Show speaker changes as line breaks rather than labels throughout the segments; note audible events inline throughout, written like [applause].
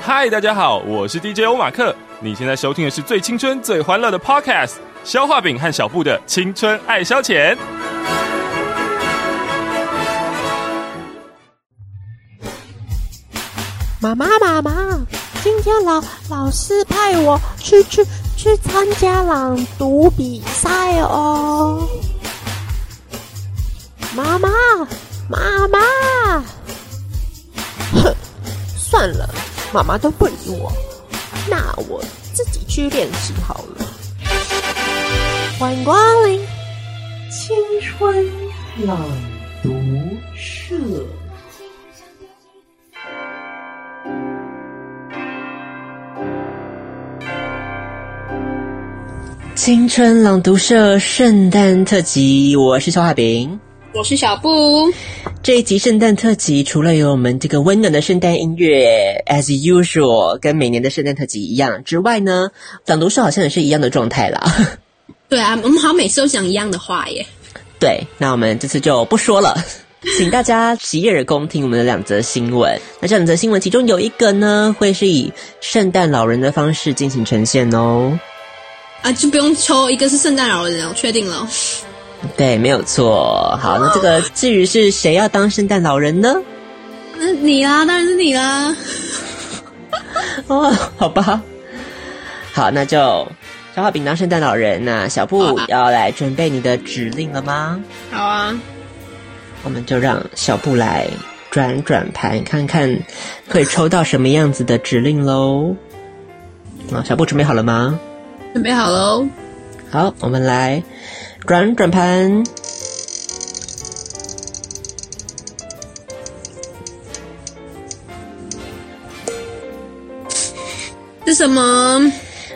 嗨，大家好，我是 DJ 欧马克。你现在收听的是最青春、最欢乐的 Podcast《消化饼和小布的青春爱消遣》。
妈妈，妈妈，今天老老师派我去去去参加朗读比赛哦。妈妈，妈妈，哼，算了，妈妈都不理我，那我自己去练习好了。欢迎光临，
青春朗读社。
青春朗读社圣诞特辑，我是肖画饼。
我是小布，
这一集圣诞特辑除了有我们这个温暖的圣诞音乐，as usual，跟每年的圣诞特辑一样之外呢，朗读社好像也是一样的状态啦。 [laughs]
对啊，我们好像每次都讲一样的话耶。
对，那我们这次就不说了，请大家洗耳恭听我们的两则新闻。那这两则新闻其中有一个呢，会是以圣诞老人的方式进行呈现哦。
啊，就不用抽，一个是圣诞老人哦，确定了。
对，没有错。好，那这个至于是谁要当圣诞老人呢？
那你啦，当然是你啦。
哦， [laughs] 好吧，好，那就小画饼当圣诞老人那小布
好啊
要来准备你的指令了吗？
好啊，
我们就让小布来转转盘，看看会抽到什么样子的指令喽。啊，小布准备好了吗？
准备好喽。
好，我们来转转盘。
是什么？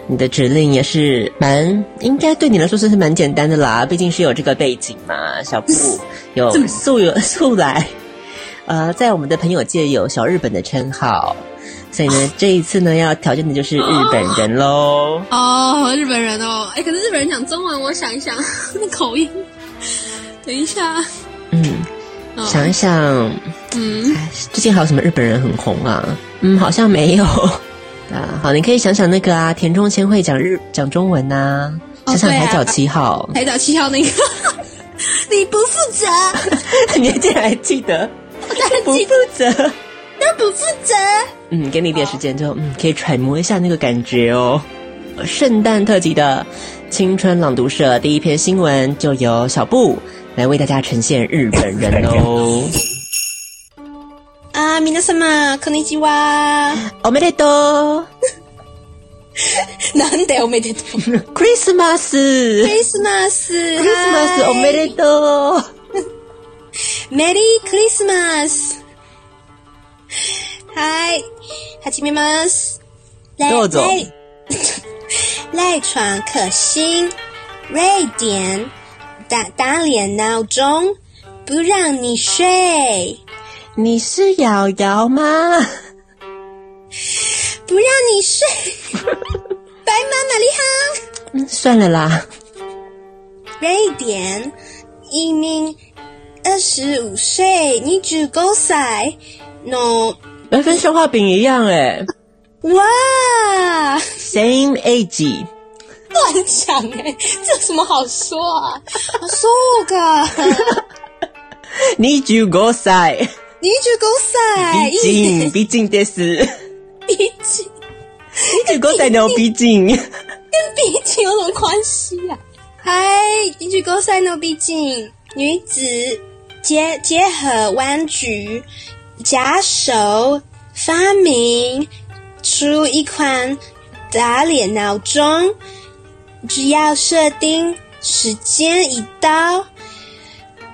你的指令也是蛮，应该对你来说算是蛮简单的啦，毕竟是有这个背景嘛。小
[laughs]
布有
这么
素有素来， [laughs] 呃，在我们的朋友界有小日本的称号，所以
[laughs]
呢，这一次呢要挑战的就是日本人喽。
哦，日本人哦，哎，可是日本人讲中文，我想一想， [laughs] 那口音。等一下，
嗯，
哦
想一想，
嗯，
最近还有什么日本人很红啊？嗯，好像没有。 [laughs] 啊，好，你可以想想那个啊，田中千惠讲日讲中文呐、
哦
想想
对啊
海角七号，
[laughs] 海岛七号那个，你不负 [laughs] 责，
你竟然还记得？不负责。
他不负责。
嗯，给你一点时间就，嗯，可以揣摩一下那个感觉哦。圣诞特辑的青春朗读社第一篇新闻就由小布来为大家呈现日本人哦。
啊，皆様こんにち [laughs] は。
おめでとう
なんでおめでとう。ク
，Christmas，Christmas，
[laughs] リスマス。ク
おめでとう。
メリークリスマスはい。始めます。来
どうぞ
来 [laughs] 赖床可心，瑞典打打脸闹钟，不让你睡，
你是瑶瑶吗？
不让你睡。白马玛丽好。
嗯，算了啦。
瑞典一名二十五岁、二十五歳の
那跟消化饼一样哎
哇。
，same age。
乱讲哎、这有什么好说啊？啊そうか。 [laughs]
你就五歳，
二十五歳。
毕
[laughs]
竟毕竟です。你
毕竟
就五歳の毕竟。
跟毕竟有什么关系啊？嗨，二十五歳の毕竟女子结结合弯曲假手发明出一款打脸闹钟，只要设定时间一到。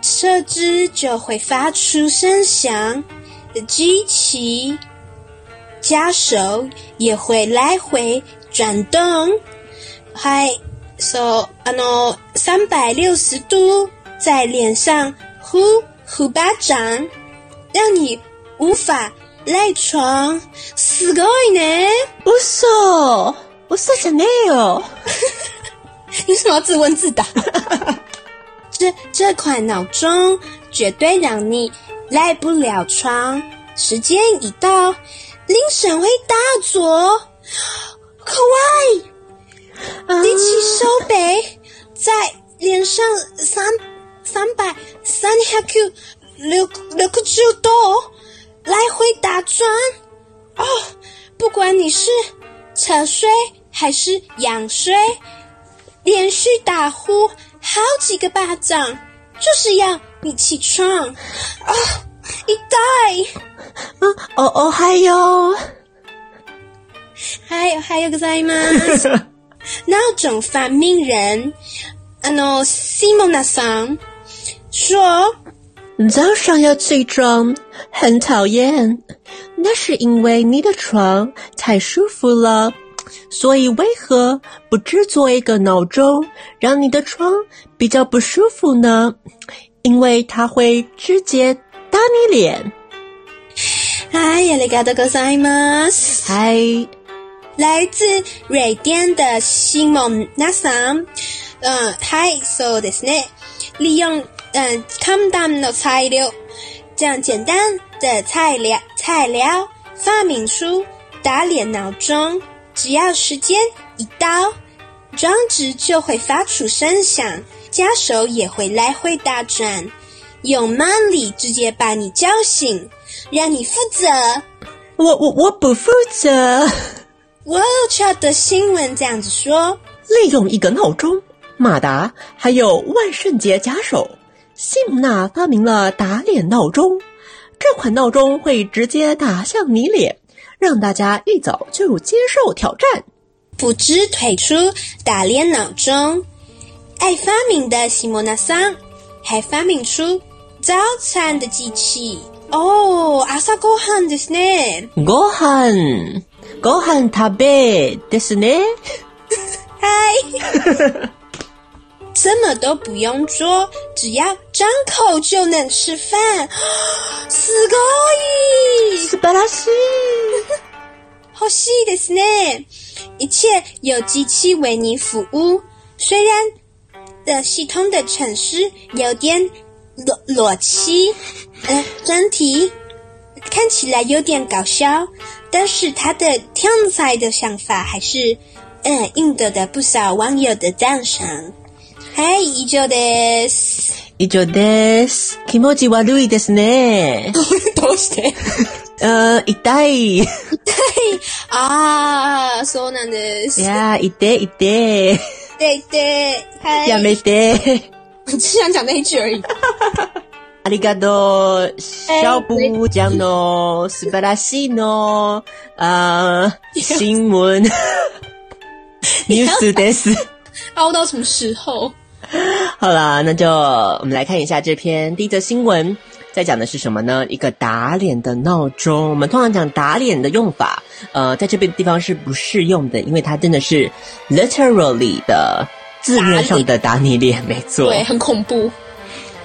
设置就会发出声响，机器家手也会来回转动。还，so あの三百六十度在脸上呼呼巴掌，让你无法赖床。すごいね！
嘘嘘じゃねえよ。
你为什么要自问自答？ [laughs] 这这款脑钟绝对让你赖不了床，时间已到，铃声会大作。可爱，立起手背，在脸上三三百三百六六十度来回打转。哦，不管你是侧睡还是仰睡，连续打呼好几个巴掌，就是要你起床。啊、一代，
哦哦嗨哟，
还有还有个在吗？ [laughs] 闹钟反命人，啊あの西蒙娜桑说。
早上要起床很讨厌，那是因为你的床太舒服了，所以为何不制作一个闹钟，让你的床比较不舒服呢？因为它会直接打你脸。
嗨，ありがとうございます。
嗨，
来自瑞典的西蒙娜さん。嗯、はい、そうですね。利用嗯、簡単的材料，这样简单的材料材料发明出打脸闹钟，只要时间一到，装置就会发出声响，家手也会来回打转，用蛮力直接把你叫醒，让你负责。
我我我不负责。
我查的新闻这样子说。
利用一个闹钟、马达还有万圣节假手，西姆纳发明了打脸闹钟。这款闹钟会直接打向你脸，让大家一早就接受挑战。
不知推出打脸脑中，爱发明的西莫纳桑还发明出早餐的机器哦，阿萨ご飯ですね。
ご飯、ご飯食べですね。
嗨，什么都不用做，只要张口就能吃饭，すごい。
素晴らしい。
欲しいですね。一切有机器为你服务，虽然的系统的城市有点裸裸漆，呃，整体看起来有点搞笑，但是他的天才的想法还是，嗯，赢得了不少网友的赞赏。嗨，以上です。
以上です。気持ち悪いですね。
どうして？
呃，痛い。い
ああ、そうなんです。
や、痛い痛 [laughs] い。
对对，嗨，
やめて。
我只想讲那一句而已。
ありがとう、小布ちゃんの素晴らしいの、あー新聞、 [laughs] ニュースです。
凹到什么时候？
好啦，那就我们来看一下这篇第一则新闻，在讲的是什么呢？一个打脸的闹钟。我们通常讲打脸的用法，呃，在这边地方是不适用的，因为它真的是 literally 的字面上的打你脸，没错。
对，啊很恐怖。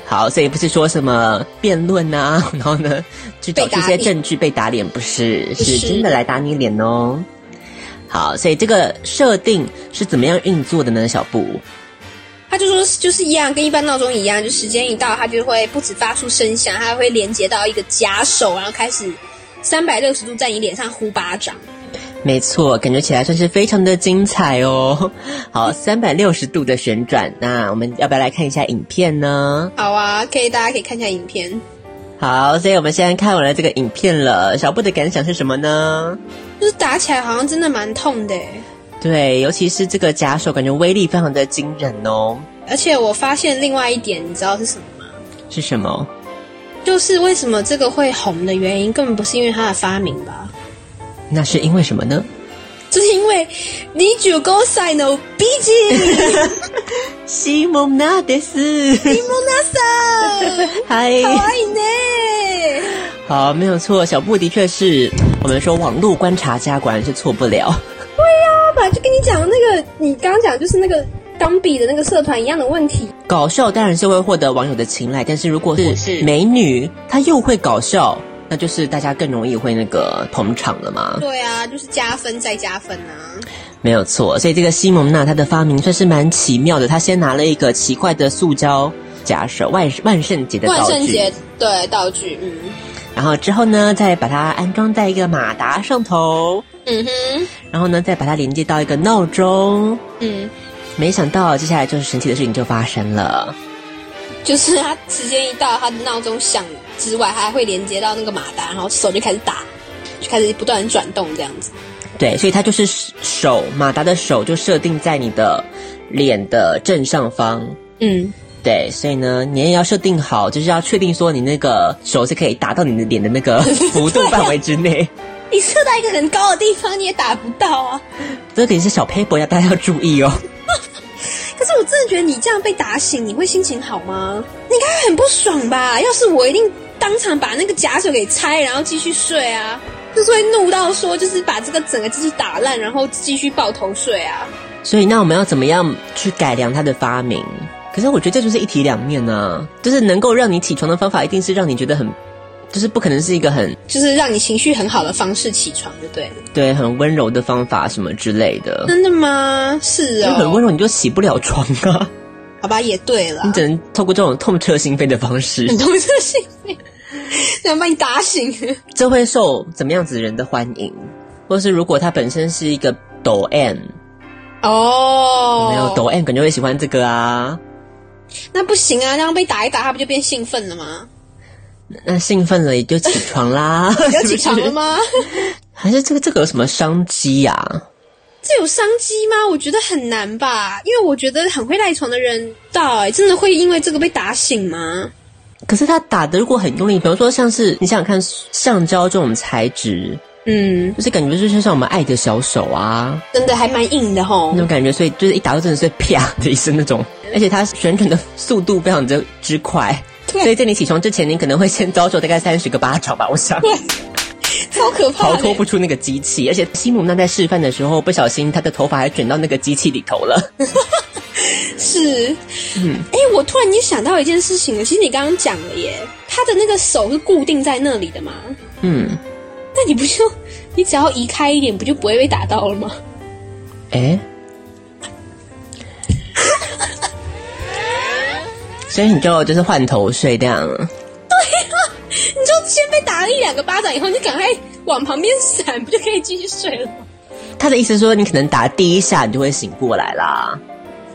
好，所以不是说什么辩论呐、 [laughs] 然后呢去找
被打
这些
脸
证据被打脸，不是，是
是
真的来打你脸哦。好，所以这个设定是怎么样运作的呢？小布，
他就说就是一样，跟一般闹钟一样，就时间一到，它就会不止发出声响，它还会连接到一个假手，然后开始三百六十度在你脸上呼巴掌。
没错，感觉起来算是非常的精彩哦。 [laughs] 好，三百六十度的旋转，那我们要不要来看一下影片呢？
好啊，可以，大家可以看一下影片，
好，所以我们现在看完了这个影片了，小布的感想是什么呢？
就是打起来好像真的蛮痛的耶，欸
对，尤其是这个假手，感觉威力非常的惊人哦。
而且我发现另外一点，你知道是什么吗？
是什么？
就是为什么这个会红的原因，根本不是因为它的发明吧？
那是因为什么呢？
就是因为你主公赛诺毕竟 [laughs]
西蒙娜德斯，
那首
嗨，
可以呢。
好，没有错，小布的确是我们说网络观察家，果然是错不了。
本来就跟你讲那个，你刚刚讲就是那个钢笔的那个社团一样的问题。
搞笑当然是会获得网友的青睐，但是如果
我
是
是
美女，她又会搞笑，那就是大家更容易会那个捧场了嘛。
对啊，就是加分再加分啊。
没有错，所以这个西蒙娜她的发明算是蛮奇妙的，她先拿了一个奇怪的塑胶假手，万万圣节的道
万
具，
圣节对道具，嗯，
然后之后呢，再把它安装在一个马达上头，
嗯哼，
然后呢，再把它连接到一个闹钟。
嗯，
没想到接下来就是神奇的事情就发生了。
就是它时间一到，它的闹钟响之外，它还会连接到那个马达，然后手就开始打，就开始不断地转动这样子。
对，所以它就是手马达的手就设定在你的脸的正上方。
嗯，
对，所以呢，你也要设定好，就是要确定说你那个手是可以打到你的脸的那个幅度范围之内。
你射到一个很高的地方，你也打不到啊。
这点是小 paper 要大家要注意哦。
可是我真的觉得你这样被打醒，你会心情好吗？你应该很不爽吧？要是我一定当场把那个假手给拆，然后继续睡啊，就是会怒到说，就是把这个整个机器打烂，然后继续抱头睡啊。
所以那我们要怎么样去改良它的发明？可是我觉得这就是一体两面啊，就是能够让你起床的方法，一定是让你觉得很，就是不可能是一个很
就是让你情绪很好的方式起床就对了。
对很温柔的方法什么之类的。
真的吗？是
就
哦，
很温柔，你就起不了床
[laughs]
啊！
好吧，也对了
你。只能透过这种痛彻心扉的方式，
很痛彻心扉，想把你打醒。
这会受怎么样子的人的欢迎？或是如果他本身是一个抖 M，
哦
没有抖 M 感觉会喜欢这个啊。
那不行啊，这样被打一打，他不就变兴奋了吗？
那兴奋了也就起床
[laughs]
啦，
有起床
[laughs] 是
了
不是？
吗？
[laughs] 还是这个这个有什么商机呀、
这有商机吗？我觉得很难吧，因为我觉得很会赖床的人，到底真的会因为这个被打醒吗？
可是他打的如果很用力，比如说像是你想想看，橡胶这种材质，
嗯，
就是感觉就是像我们爱的小手啊
真的还蛮硬的吼
那。种感觉，所以就是一打到真的是会啪的一声那种， [laughs] 而且它旋转的速度非常的之快，
对
所以在你起床之前，你可能会先遭受大概三十个巴掌吧，我想。
超可怕
逃
的，
脱不出那个机器，而且西姆娜在示范的时候，不小心她的头发还卷到那个机器里头 [laughs] 了。
是。嗯，哎、我突然间想到一件事情了，其实你刚刚讲了耶，他的那个手是固定在那里的嘛？
嗯，
那你不就 [laughs] 你只要移开一点，不就不会被打到了吗？ [laughs]
哎、 [laughs] 所以你就就是换头睡这样，
你就先被打了一两个巴掌以后，你赶快往旁边闪，不就可以继续睡了吗？
他的意思是说你可能打第一下你就会醒过来啦。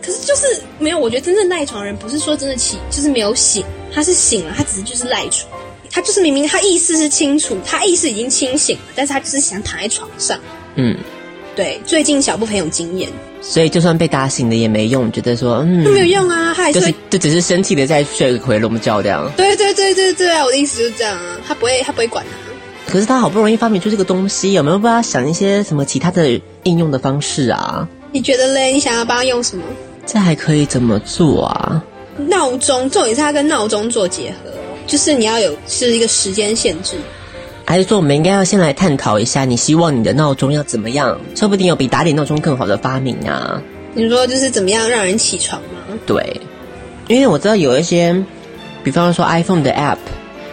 可是就是没有，我觉得真正赖床的人不是说真的起，就是没有醒，他是醒了，他只是就是赖床，他就是明明他意识是清楚，他意识已经清醒了，但是他就是想躺在床上。
嗯，
对，最近小部分有经验，
所以就算被打醒了也没用，觉得说嗯
那，没有用啊，他还是
就
会。
是就只是身体的在睡个回笼觉这样。
对对对对对啊！我的意思就是这样啊，他不会他不会管啊。
可是他好不容易发明出这个东西，有没有办法想一些什么其他的应用的方式啊？
你觉得嘞？你想要帮他用什么？
这还可以怎么做啊？
闹钟，重点是它跟闹钟做结合，就是你要有是一个时间限制。
还是说，我们应该要先来探讨一下，你希望你的闹钟要怎么样？说不定有比打点闹钟更好的发明啊！
你说就是怎么样让人起床吗？
对，因为我知道有一些，比方说 iPhone 的 App，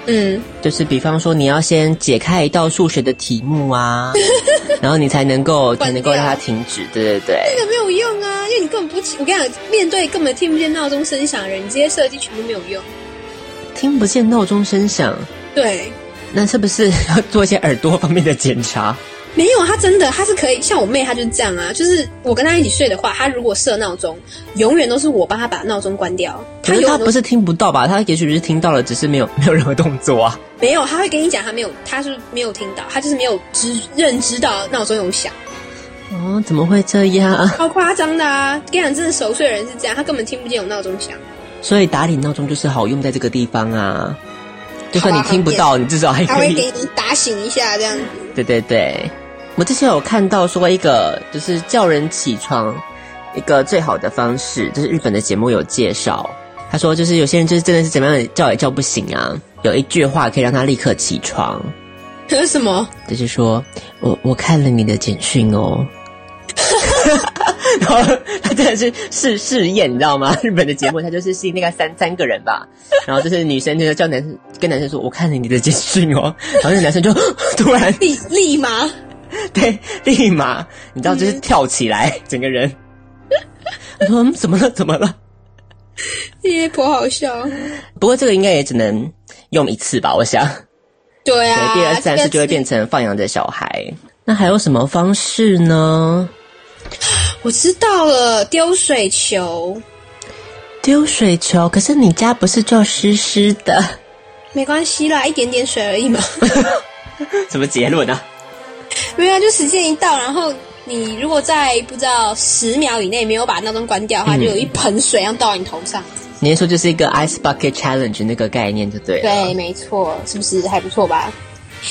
嗯，
就是比方说你要先解开一道数学的题目啊，然后你才能够才能够让它停止。对对
这
对，
个没有用啊，因为你根本不起。我跟你讲，面对根本听不见闹钟声响的人，你这些设计全部没有用。
听不见闹钟声响，
对，
那是不是要做一些耳朵方面的检查？
没有，啊他真的他是可以，像我妹她就是这样啊，就是我跟她一起睡的话，她如果设闹钟，永远都是我帮她把闹钟关掉。
可
她
是
永
他
远
不
都
是听不到吧？他也许是听到了，只是没有 [laughs] 没有任何动作啊。
没有，她会跟你讲她没有，她是没有听到，她就是没有知认知到闹钟有响。
哦，怎么会这样？
超夸张的啊！跟你讲，真的熟睡的人是这样，他根本听不见有闹钟响。
所以打脸闹钟就是好用在这个地方啊，就算你
好吧
听不到，你至少还
他
可
会
以
给。你打醒一下这样子。
对对对，我之前有看到说一个就是叫人起床一个最好的方式，就是日本的节目有介绍，他说就是有些人就是真的是怎么样叫也叫不醒啊，有一句话可以让他立刻起床，
可是什么？
就是说我我看了你的简讯哦。 [laughs] 然后他真的是试试验，你知道吗？ [laughs] 日本的节目，他就是吸引那个三三个人吧，然后就是女生就叫男生跟男生说：“我看了你的简讯哦。” [laughs] 然后那男生就 [gasps] 突然
立立马
对立马，你知道，就是跳起来，整个人。我说、嗯：“怎么了？怎么了
耶，颇好笑。？”
不过这个应该也只能用一次吧，我想。
对
对
啊，，
第二、三次就会变成放羊的小孩。那还有什么方式呢？
我知道了，丢水球
丢水球，可是你家不是就湿湿 [laughs] 的？
没关系啦，一点点水而
[laughs]
已嘛。
什么结论啊？
没有啊，就时间一到，然后你如果在不知道十秒以内没有把闹钟关掉的话，就有一盆水要倒你头上。
你嗯是说就是一个 ice bucket challenge 那个概念就对了。
对，没错，是不是还不错吧？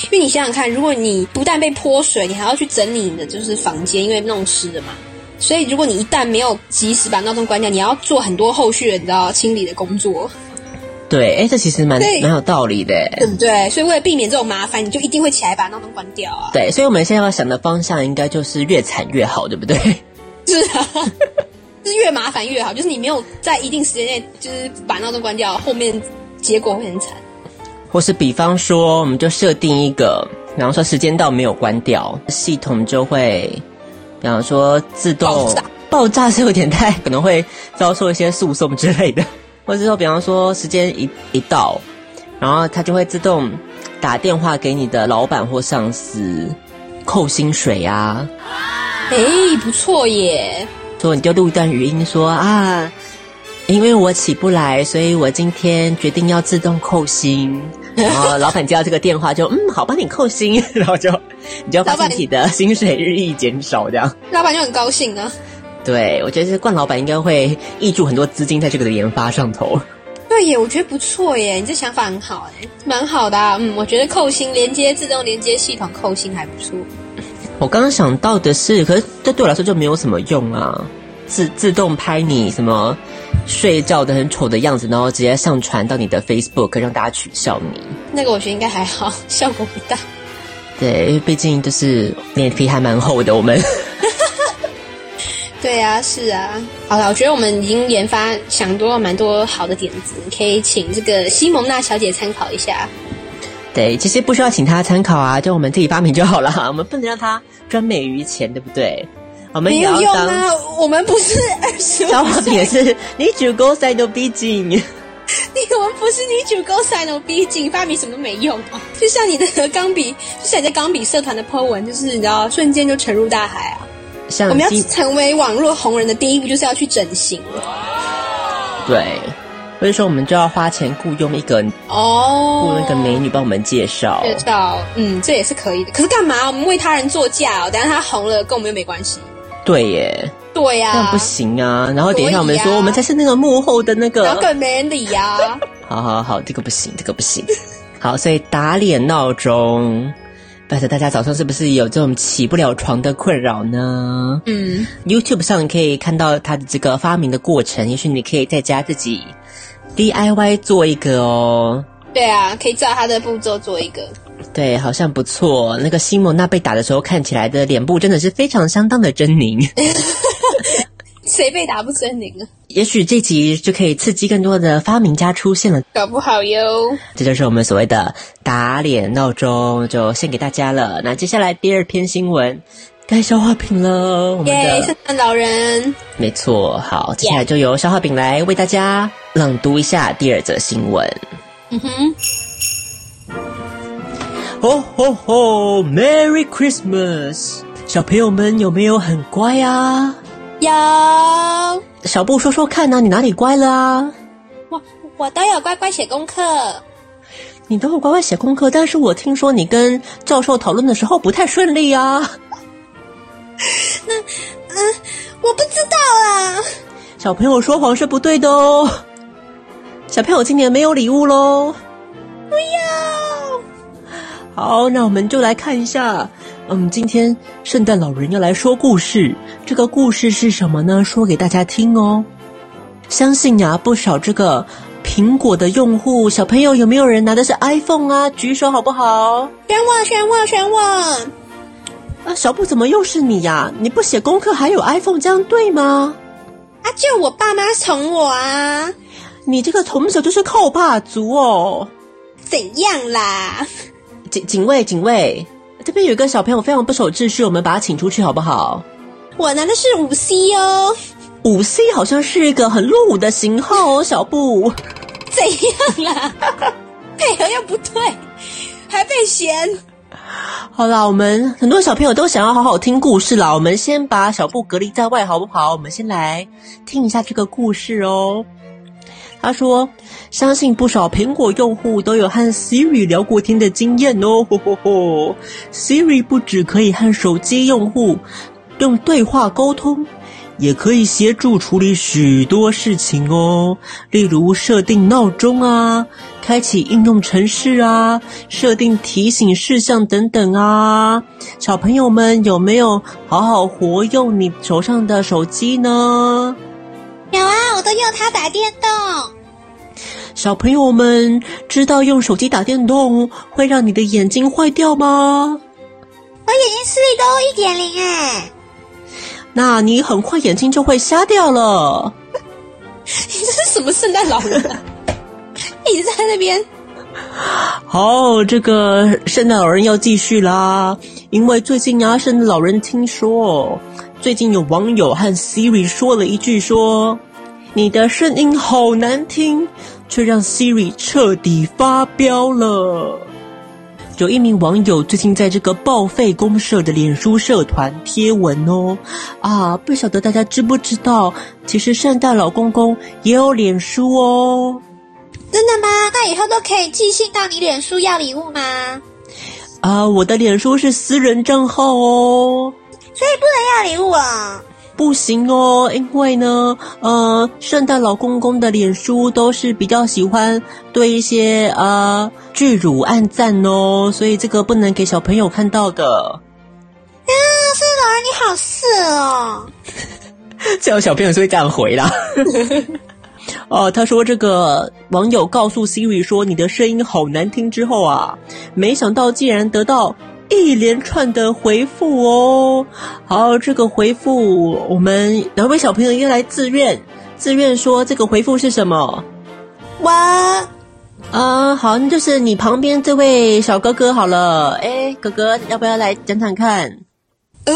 因为你想想看，如果你不但被泼水，你还要去整理你的就是房间，因为弄湿的嘛。所以如果你一旦没有及时把闹钟关掉，你要做很多后续的你知道清理的工作，
对，哎，这其实蛮
对
蛮有道理的。
对不对？所以为了避免这种麻烦，你就一定会起来把闹钟关掉啊。
对，所以我们现在要想的方向应该就是越惨越好，对不对？
是啊， [laughs] 就是越麻烦越好，就是你没有在一定时间内就是把闹钟关掉，后面结果会很惨。
或是比方说，我们就设定一个，比方说时间到没有关掉，系统就会，比方说自动
爆炸，
爆炸是有点太可能会遭受一些诉讼之类的， [laughs] 或者说比方说时间一一到，然后它就会自动打电话给你的老板或上司扣薪水啊，
哎、不错耶，
所以你就录一段语音说啊，因为我起不来，所以我今天决定要自动扣 [laughs] 薪。然后老板接到这个电话就嗯，好，帮你扣薪， [laughs] 然后就你就发现
老板
自己的薪水日益减少，这样。
老板就很高兴啊。
对，我觉得冠老板应该会挹注很多资金在这个的研发上头。
对耶，我觉得不错耶，你这想法很好哎，蛮好的、啊。嗯，我觉得扣薪连接自动连接系统扣薪还不错。
我刚刚想到的是，可是这对我来说就没有什么用啊。自自动拍你什么睡觉的很丑的样子，然后直接上传到你的 Facebook，让大家取笑你。
那个我觉得应该还好，效果不大。
对，因为毕竟就是脸皮还蛮厚的，我们 [laughs]
对啊，是啊。好了，我觉得我们已经研发想多了蛮多好的点子，可以请这个西蒙娜小姐参考一下。
对，其实不需要请他参考啊，就我们自己发明就好了。我们不能让他专美于前，对不对？我们
没
也
有
要
用
当
啊，我们不是 [laughs] 二十
小
五
伙
岁，
也是，你主勾塞都逼近。
我们不是女主勾塞的逼近，发明什么都没用啊。就像你的钢笔，就像你在钢笔社团的 po 文，就是你知道，瞬间就沉入大海啊。我
像
们要
今
成为网络红人的第一步，就是要去整形了。
对，所以说我们就要花钱雇佣一个雇
哦
佣一个美女帮我们介绍。
知道，嗯，这也是可以的。可是干嘛？我们为他人做嫁哦，等下他红了，跟我们又没关系。
对耶，
对呀、
这样不行啊。然后等一下我们
所以
说，
啊
我们才是那个幕后的那
然
个
后。更没理呀、
好好好，这个不行，这个不行。 [laughs] 好，所以打脸闹钟，不知道大家早上是不是有这种起不了床的困扰呢
嗯，
？YouTube 上可以看到它的这个发明的过程，也许你可以在家自己 DIY 做一个哦。
对啊，可以照他的步骤做一个。
对，好像不错。那个西蒙娜被打的时候，看起来的脸部真的是非常相当的狰狞。 [laughs]
谁被打不狰狞啊？
也许这集就可以刺激更多的发明家出现了。
搞不好哟。
这就是我们所谓的打脸闹钟，就献给大家了。那接下来第二篇新闻，该消化饼了。我们
耶、
的
圣诞老人，
没错，好，接下来就由消化饼来为大家朗读一下第二则新闻。
嗯哼，
吼吼吼，Merry oh, Christmas！小朋友们有没有很乖啊？
有
小布说说看呢、你哪里乖了啊？
我我都有乖乖写功课。
你都有乖乖写功课，但是我听说你跟教授讨论的时候不太顺利啊。
我不知道啊啦，
小朋友说谎是不对的哦。小朋友今年没有礼物喽。不要。好，那我们就来看一下，嗯，今天圣诞老人要来说故事，这个故事是什么呢？说给大家听哦。相信呀、不少这个苹果的用户，小朋友有没有人拿的是 iPhone 啊？举手好不好？
选我，选我，选我。
啊，小布怎么又是你呀、你不写功课还有 iPhone，这样对吗？
啊，就我爸妈宠我啊，
你这个从小就是靠霸族哦。
怎样啦？
警警卫，警卫，这边有一个小朋友非常不守秩序，我们把他请出去好不好？
我拿的是五 C 哦，
五 C 好像是一个很落伍的型号哦，小布。
[laughs] 怎样啦？配合又不对，还被嫌。
好啦，我们很多小朋友都想要好好听故事啦，我们先把小布隔离在外好不好？我们先来听一下这个故事哦。他说：“相信不少苹果用户都有和 Siri 聊过天的经验哦，吼吼吼！Siri 不只可以和手机用户用对话沟通，也可以协助处理许多事情哦，例如设定闹钟啊、开启应用程式啊、设定提醒事项等等啊。小朋友们有没有好好活用你手上的手机呢？”
有啊，我都用它打电动。
小朋友们知道用手机打电动会让你的眼睛坏掉吗？
我眼睛视力都一点零哎，
那你很快眼睛就会瞎掉了。
你这是什么圣诞老人啊？ [laughs] 一直在那边。
好，这个圣诞老人要继续啦，因为最近啊，圣诞老人听说最近有网友和 Siri 说了一句说：“你的声音好难听”，却让 Siri 彻底发飙了。有一名网友最近在这个报废公社的脸书社团贴文哦，啊，不晓得大家知不知道，其实圣诞老公公也有脸书哦。
真的吗？那以后都可以寄信到你脸书要礼物吗？
啊，我的脸书是私人账号哦。
所以不能要礼物哦。
不行哦，因为呢，呃，圣诞老公公的脸书都是比较喜欢对一些呃巨乳暗赞哦，所以这个不能给小朋友看到的。
啊，圣诞老人你好色哦！
这种小朋友就会这样回啦。哦，他说这个网友告诉 Siri 说你的声音好难听之后啊，没想到竟然得到一连串的回复哦。好，这个回复我们哪位小朋友应该来自愿？自愿说这个回复是什么？
哇，
啊、好，那就是你旁边这位小哥哥好了。哎，哥哥，要不要来讲讲看？
哦，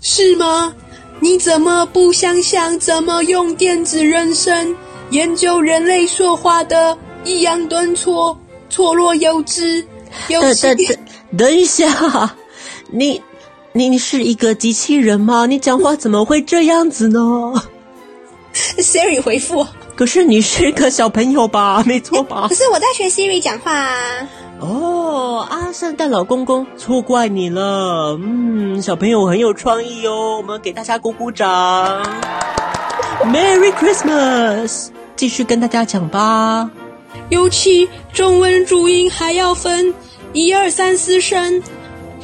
是吗？你怎么不想想怎么用电子人生研究人类说话的抑扬顿挫、错落有致？有
等
时
等等，呃等一下， [laughs] 你你你是一个机器人吗？你讲话怎么会这样子呢？
[laughs] Siri 回复我，
可是你是个小朋友吧？ [laughs] 没错
[laughs]
吧
可？是我在学 Siri 讲话啊。
哦，阿圣诞老公公错怪你了。嗯，小朋友很有创意哦，我们给大家鼓鼓掌。Merry Christmas！继续跟大家讲吧。
尤其中文注音还要分一二三四声，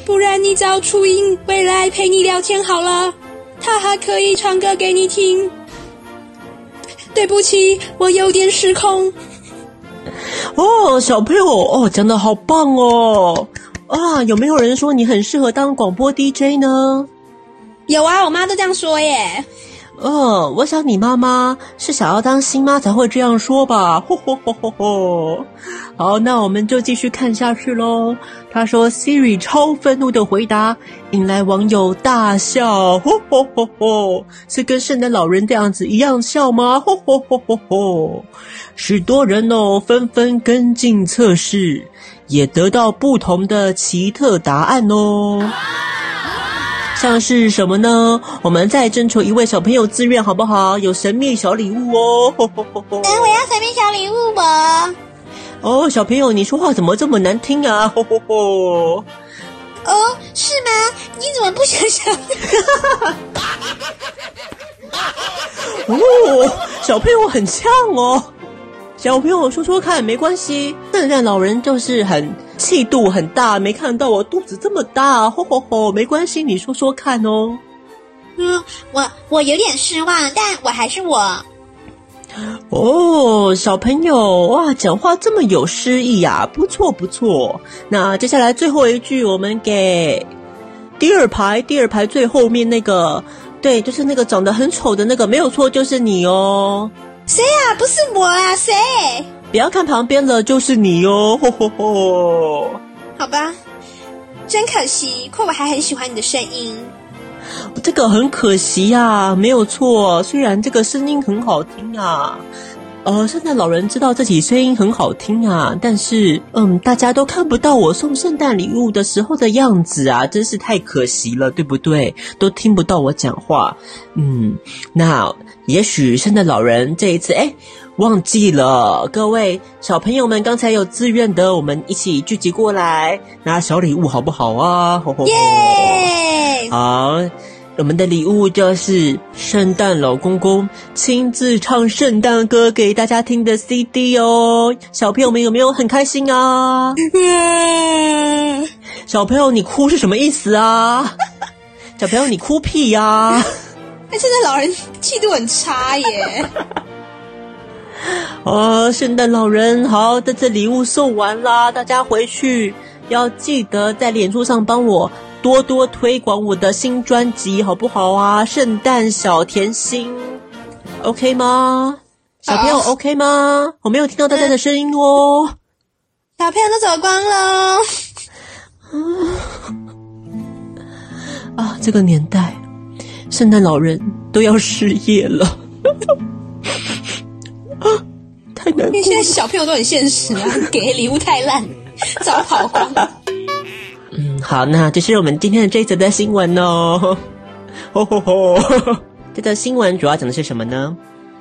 不然你找初音未来陪你聊天好了，他还可以唱歌给你听。对不起，我有点失控。
哦，小朋友哦，讲的好棒哦！啊，有没有人说你很适合当广播 DJ 呢？
有啊，我妈都这样说耶。
哦，我想你妈妈是想要当新妈才会这样说吧，吼吼吼吼吼！好，那我们就继续看下去喽。他说，Siri 超愤怒的回答引来网友大笑，吼吼吼吼！是跟圣诞老人这样子一样笑吗？吼吼吼吼吼！许多人哦纷纷跟进测试，也得到不同的奇特答案哦。像是什么呢？我们再征求一位小朋友自愿好不好？有神秘小礼物哦！ [laughs] 吼吼吼吼
我要随便小礼物吧。
哦，小朋友，你说话怎么这么难听啊？ [laughs] 吼吼吼！
哦，是吗？你怎么不想想？
哦，小朋友很呛哦。小朋友说说看，没关系。圣诞老人就是很气度很大，没看到我肚子这么大， [laughs] 吼吼吼，没关系，你说说看哦。
嗯， [laughs] 我我有点失望，但我还是我。啊
哦，小朋友哇，讲话这么有诗意呀、啊，不错不错。那接下来最后一句，我们给第二排第二排最后面那个，对，就是那个长得很丑的那个，没有错，就是你哦。
谁啊？不是我啊，谁？
不要看旁边了，就是你哦，吼吼吼！
好吧，真可惜，可我还很喜欢你的声音。
这啊个很可惜呀、没有错。虽然这个声音很好听啊，呃，圣诞老人知道自己声音很好听啊，但是，嗯，大家都看不到我送圣诞礼物的时候的样子啊，真是太可惜了，对不对？都听不到我讲话。嗯，那也许圣诞老人这一次，哎，忘记了各位小朋友们，刚才有自愿的，我们一起聚集过来拿小礼物，好不好啊？吼吼吼！
耶！
好，我们的礼物就是圣诞老公公亲自唱圣诞歌给大家听的 CD 哦。小朋友们有没有很开心啊？
嗯，
小朋友，你哭是什么意思啊？小朋友，你哭屁呀、
哎，圣诞老人气度很差耶。
哦，圣诞老人，好，这次礼物送完啦，大家回去要记得在脸书上帮我多多推广我的新专辑，好不好啊？圣诞小甜心，OK 吗？小朋友
好
OK 吗？我没有听到大家的声音哦。
[laughs] 小朋友都走光喽，
啊，这个年代，圣诞老人都要失业了， [laughs] 啊，太难过
因为
了。
现在小朋友都很现实啊， [laughs] 给礼物太 [laughs] 烂，早跑光了。
嗯，好，那这是我们今天的这一则的新闻哦。 [laughs] 吼吼吼！ [laughs] 这则新闻主要讲的是什么呢？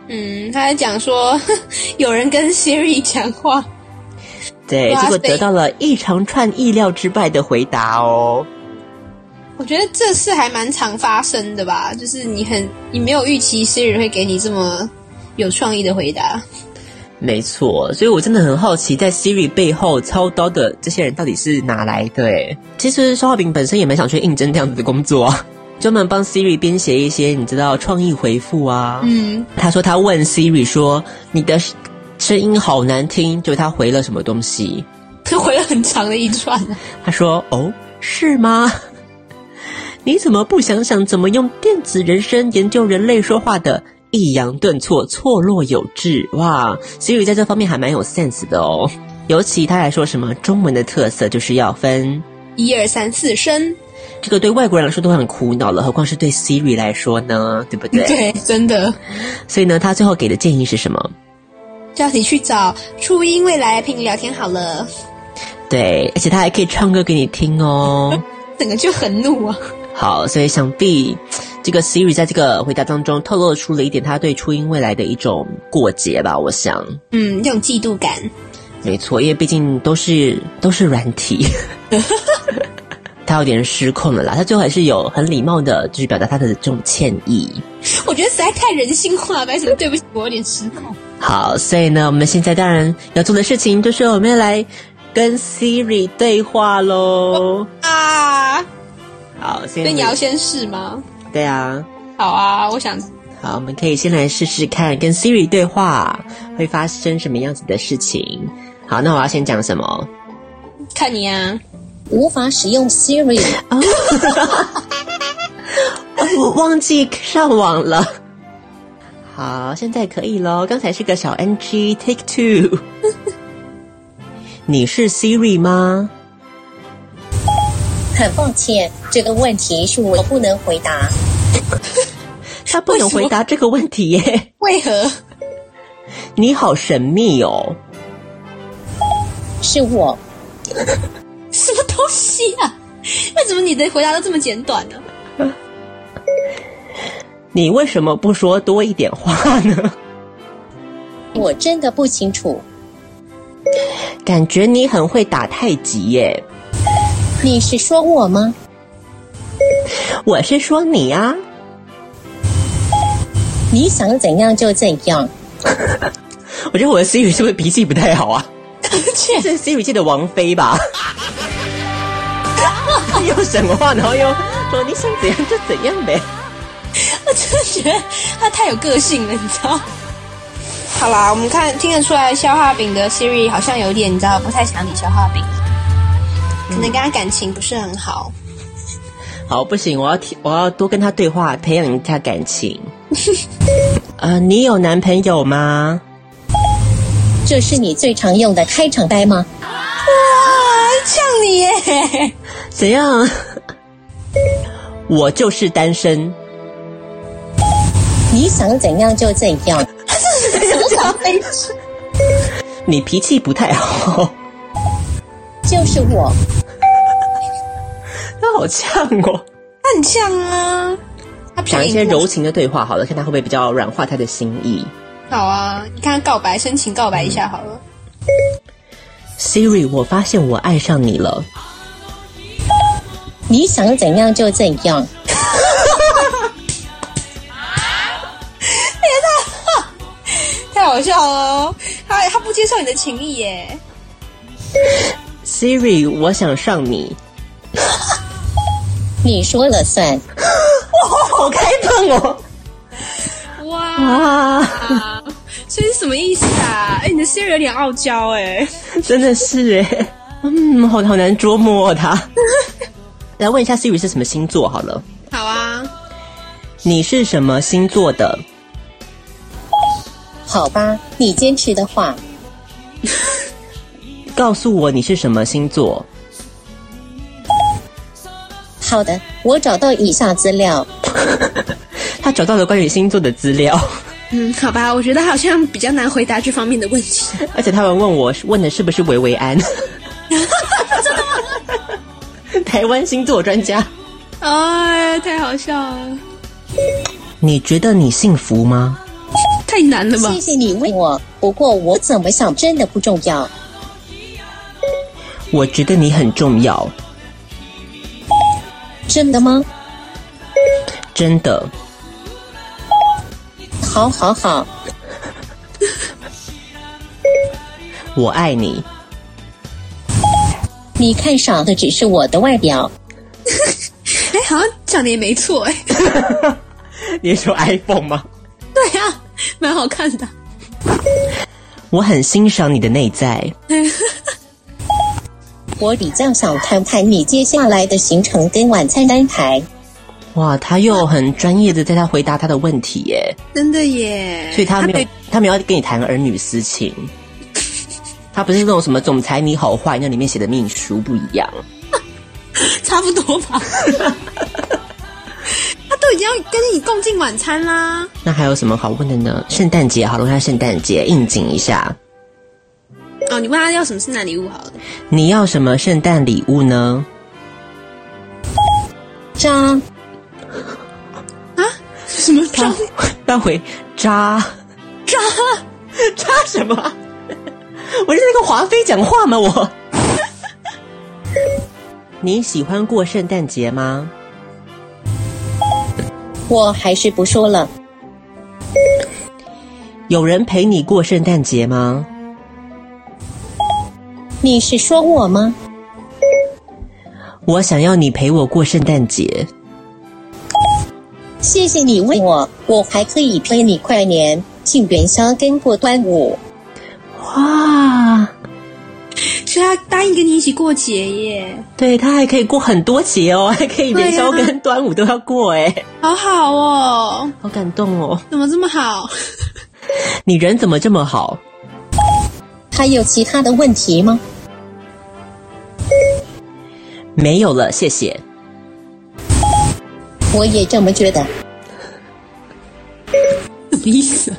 嗯，他还讲说 [laughs] 有人跟 Siri 讲话，
对，
哇
结果
塞
得到了一长串意料之外的回答哦。
我觉得这事还蛮常发生的吧，就是你很你没有预期 Siri 会给你这么有创意的回答。
没错，所以我真的很好奇，在 Siri 背后操刀的这些人到底是哪来的欸？其实肖化饼本身也蛮想去应征这样子的工作啊， [laughs] 专门帮 Siri 编写一些你知道创意回复啊。
嗯，
他说他问 Siri 说：“你的声音好难听。”就他回了什么东西？
他 [laughs] 回了很长的一 [laughs] 串啊，
他说：“哦，是吗？ [laughs] 你怎么不想想怎么用电子人声研究人类说话的？”抑扬顿挫，错落有致，哇！Siri 在这方面还蛮有 sense 的哦。尤其他还说什么中文的特色就是要分，
一二三四声，
这个对外国人来说都很苦恼了，何况是对 Siri 来说呢？对不对？
[laughs] 对，真的。
所以呢，他最后给的建议是什么？
叫你去找初音未来陪你聊天好了， [laughs]
对，而且他还可以唱歌给你听哦。
整个就很怒啊。
好，所以想必这个 Siri 在这个回答当中透露出了一点他对初音未来的一种过节吧，我想。
嗯，这种嫉妒感。
没错，因为毕竟都是都是软
[laughs]
体，他有点失控了啦。他最后还是有很礼貌的，就是表达他的这种歉意。
我觉得实在太人性化了，白什么对不起，我有点失控。
好，所以呢，我们现在当然要做的事情就是我们要来跟 Siri 对话喽。
啊，
好，所
所以
以
你要先试吗？
对啊，
好啊，我想
好，我们可以先来试试看跟 Siri 对话会发生什么样子的事情。好，那我要先讲什么？ [laughs]
看你啊。
无法使用 Siri，
哦我忘记上网了。好，现在可以喽。刚才是个小 NG Take Two。你是 Siri 吗？
很抱歉，这个问题是我不能回答。
他不能回答这个问题耶。
为何？
你好神秘哦。
是我，
什么东西啊？为什么你的回答都这么简短呢、
你为什么不说多一点话呢？
我真的不清楚。
感觉你很会打太极耶。
你是说我吗？
我是说你啊。
你想怎样就怎样。
我觉得我的 Siri 是不是脾气不太好啊？这是 Siri 界的王妃吧？又什么话，然后又说你想怎样就怎样呗。
我真的觉得他太有个性了，你知道？好啦，我们看听得出来，消化饼的 Siri 好像有点，你知道，不太想理消化饼，可能跟他感情不是很好。
好，不行，我要提，我要多跟他对话，培养一下感情。呃，你有男朋友吗？
这是你最常用的开场白吗？
啊像你耶，
怎样？我就是单身。
你想怎样就怎样。
什么鬼咖啡吃。
你脾气不太好， [laughs]
就是我，
他好呛哦。
他很像啊，他
讲一些
便宜过
柔情的对话好了，看他会不会比较软化他的心意。
好啊，你看他告白，深情告白一下好了。
Siri，我发现我爱上你了。
你想怎样就怎样。
太好笑了哦，他他不接受你的情谊耶，
Siri，我想上你。
你说了算，
好开放哦！
哇，
啊，
所以是什么意思啊？哎，你的 Siri 有点傲娇哎，
真的是哎，嗯，好好难捉摸、哦、他。 [laughs] 来问一下 Siri 是什么星座好了？
好啊，
你是什么星座的？
好吧，你坚持的话，
告诉我你是什么星座。
好的，我找到以下资料。
他找到了关于星座的资料， [laughs]
嗯，好吧，我觉得好像比较难回答这方面的问题。
而且他们问我问的是不是维维安？ [laughs] 台湾星座专家，
哎，太好笑了，
你觉得你幸福吗？
太难了吧？
谢谢你问我，不过我怎么想真的不重要。
我觉得你很重要，
真的吗？
真的。
好好好，
我爱你，
你看上的只是我的外表。
哎，好像讲的也没错哎，
你说 iPhone 吗？
对啊，蛮好看的。
我很欣赏你的内在，
我比较想谈谈你接下来的行程跟晚餐安排。
哇，他又很专业的在他回答他的问题耶，
真的耶，
所以他没有他没有要跟你谈儿女私情，他不是那种什么总裁你好坏那里面写的秘书不一样，
差不多 [laughs] 吧。他都已经要跟你共进晚餐啦。
那还有什么好问的呢？圣诞节好了，我看圣诞节应景一下，
哦，你问他要什么圣诞礼物好了。
你要什么圣诞礼物呢？
渣，
什么章？
他回渣
渣
渣什么？我是那个华妃讲话吗？我。 [laughs] 你喜欢过圣诞节吗？
我还是不说了。
有人陪你过圣诞节吗？
你是说我吗？
我想要你陪我过圣诞节。
谢谢你问我，我还可以陪你跨年、庆元宵跟过端午。
哇，
所以他答应跟你一起过节耶，
对他还可以过很多节哦， [laughs] 还可以元宵
对啊
跟端午都要过哎，
好好哦，
好感动哦！
怎么这么好？
你人怎么这么好？
还有其他的问题吗？
没有了，谢谢。
我也这么觉得。
什么意思？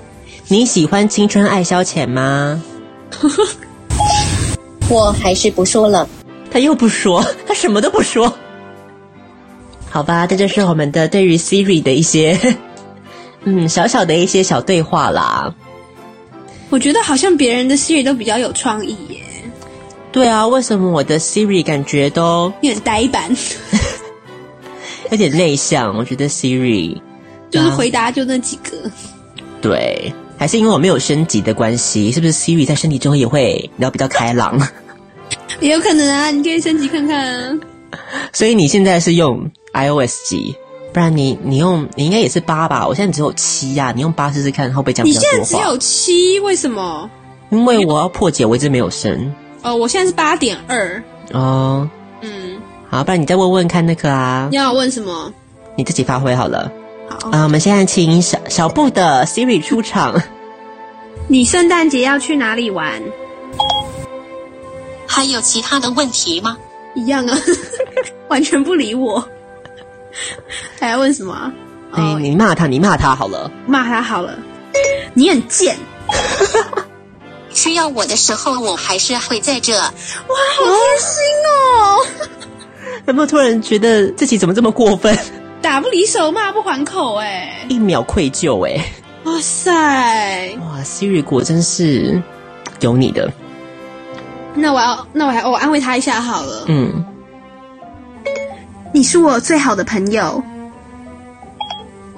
你喜欢青春爱消遣吗？
我还是不说了。
他又不说，他什么都不说。好吧，这就是我们的对于 Siri 的一些，嗯，小小的一些小对话啦。
我觉得好像别人的 Siri 都比较有创意耶，
对啊，为什么我的 Siri 感觉都
有点呆板，
有点内向？我觉得 Siri
就是回答就那几个。
对，还是因为我没有升级的关系，是不是 Siri 在升级之后也会聊比较开朗？ [laughs]
也有可能啊，你可以升级看看啊。
所以你现在是用 iOS 级，不然你你用你应该也是八吧？我现在只有七呀、你用八试试看会不会讲比
你
较
现
多话？
在只有七，为什么？
因为我要破解，我一直没有升
哦，我现在是八点二。
哦。
嗯，
好，不然你再问问看那个啊
你，要问什么？
你自己发挥好了。
好
啊，我们现在请小小布的 Siri 出场。
你圣诞节要去哪里玩？
还有其他的问题吗？
一样啊， [laughs] 完全不理我。还要问什么啊？
哎，你骂他，你骂他好了。
骂他好了，你很贱。
需要我的时候，我还是会在这。
好贴心哦，
有没有突然觉得自己怎么这么过分？
打不离手，骂不还口，哎，
一秒愧疚哎、
哇塞！
哇，Siri 果真是有你的，
那我要，那我还我安慰他一下好了。
嗯，
你是我最好的朋友，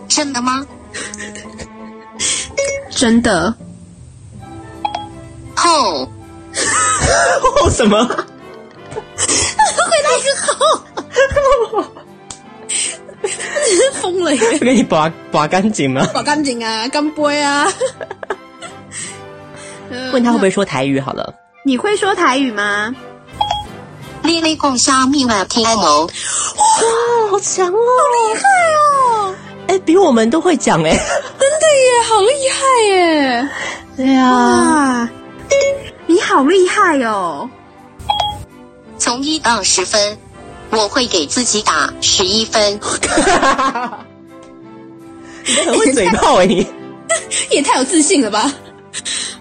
真的吗？
真的。
哦，
哦什么？ [laughs]
疯了 [laughs] 耶！
我给你拔拔干净吗？
搞干净啊，干杯啊！ [laughs] 呃
问他会不会说台语好了。
你会说台语吗？
莉莉贡虾密瓦 T M O，
哇，好强哦！好厉害哦！哎、比我们都会讲哎、
真的耶，好厉害耶！
对啊，
啊，你好厉害 [laughs] 哦！
从一到十分，我会给自己打十一分。
你都 [laughs] 很会嘴炮哎、你。
也太有自信了吧？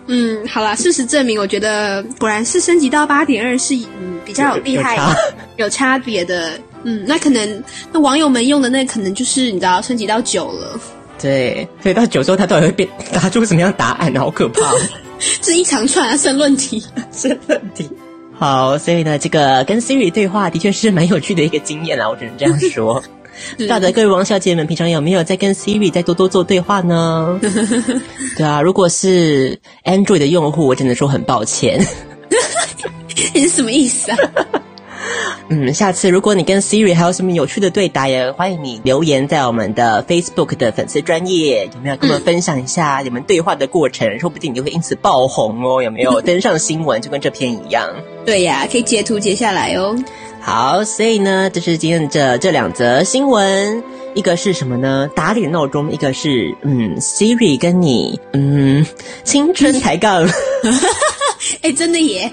嗯，好啦，事实证明，我觉得果然是升级到八点二是嗯比较有厉害
有有差
[laughs] 有差别的。嗯，那可能那网友们用的那可能就是你知道升级到九了，
对，所以到九州他到底会变答出什么样的答案？好可怕、哦！
这一长串啊申论题。
是问题。 [laughs] 好，所以呢，这个跟 Siri 对话的确是蛮有趣的一个经验啦，我只能这样说。不
是
晓得各位王小姐们平常有没有在跟 Siri 再多多做对话呢？对啊，如果是 Android 的用户，我只能说很抱歉。 [laughs]
你是什么意思啊？
嗯，下次如果你跟 Siri 还有什么有趣的对答，也欢迎你留言在我们的 Facebook 的粉丝专业，有没有跟我们分享一下你们对话的过程？说不定你会因此爆红哦，有没有登上新闻，就跟这篇一样。
[laughs] 对呀、可以截图截下来哦。
好，所以呢，这是今天这这两则新闻，一个是什么呢？打脸闹钟，一个是嗯，Siri 跟你嗯，青春抬杠。
哎、真的耶！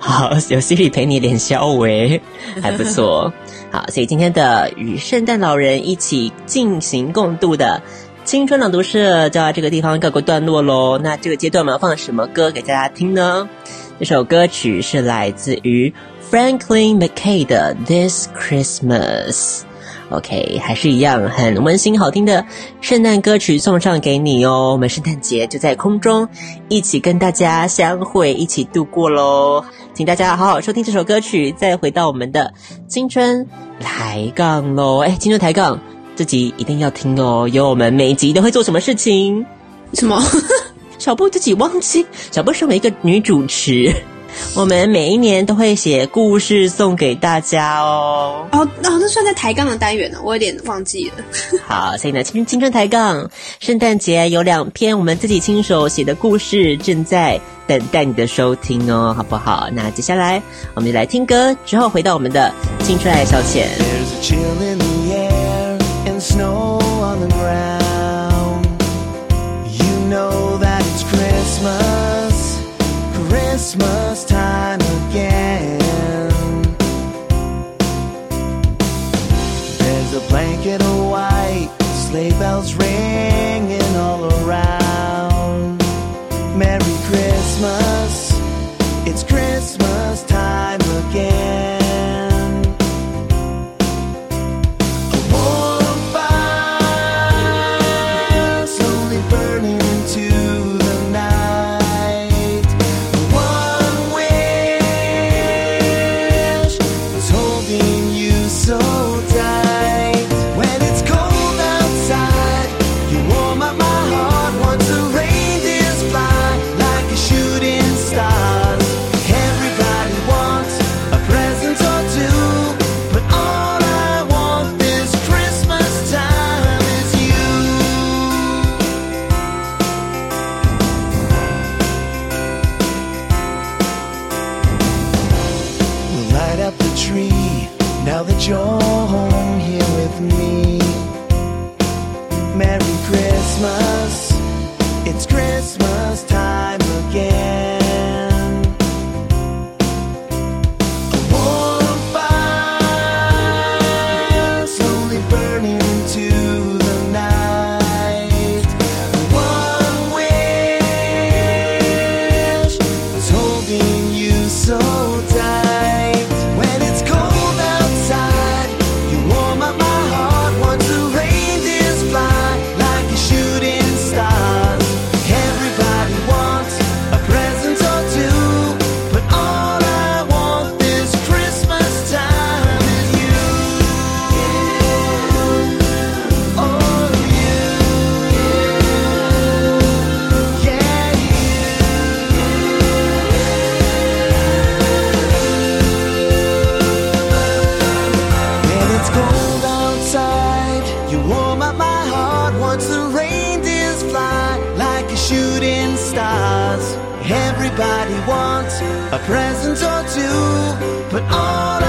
好，有 Siri 陪你脸消微，还不错。好，所以今天的与圣诞老人一起进行共度的青春朗读社就到这个地方告个段落喽。那这个阶段我们要放什么歌给大家听呢？这首歌曲是来自于 Franklin McKay 的《This Christmas》。OK，还是一样很温馨好听的圣诞歌曲送上给你哦。我们圣诞节就在空中，一起跟大家相会，一起度过喽。请大家好好收听这首歌曲，再回到我们的青春抬杠喽。哎，青春抬杠这集一定要听哦，有我们每集都会做什么事情。
什么？
小布自己忘记，小布身为一个女主持，我们每一年都会写故事送给大家哦。
[laughs] 哦哦，那算在抬杠的单元呢，我有点忘记了。
好，所以呢，青青春抬杠，圣诞节有两篇我们自己亲手写的故事，正在等待你的收听哦，好不好？那接下来我们就来听歌，之后回到我们的青春爱消遣。
There's a chill in the air and snow on the ground. You know that it's Christmas, Christmas time again. There's a blanket of white, sleigh bells ringing all around. Merry Christmas, it's Christmas time again. A warm fire slowly burning into the night. One wish is holding you so tight. When it's cold outside, you warm up my heart. Once the reindeers fly like a shooting stars. Everybody wants a present or two, but all I want this Christmas time is you. We'll light up the tree now that you're home here with me. Merry Christmas, it's Christmas time again. A warm fire slowly burning into the night. One wish Everybody wants a present or two, but all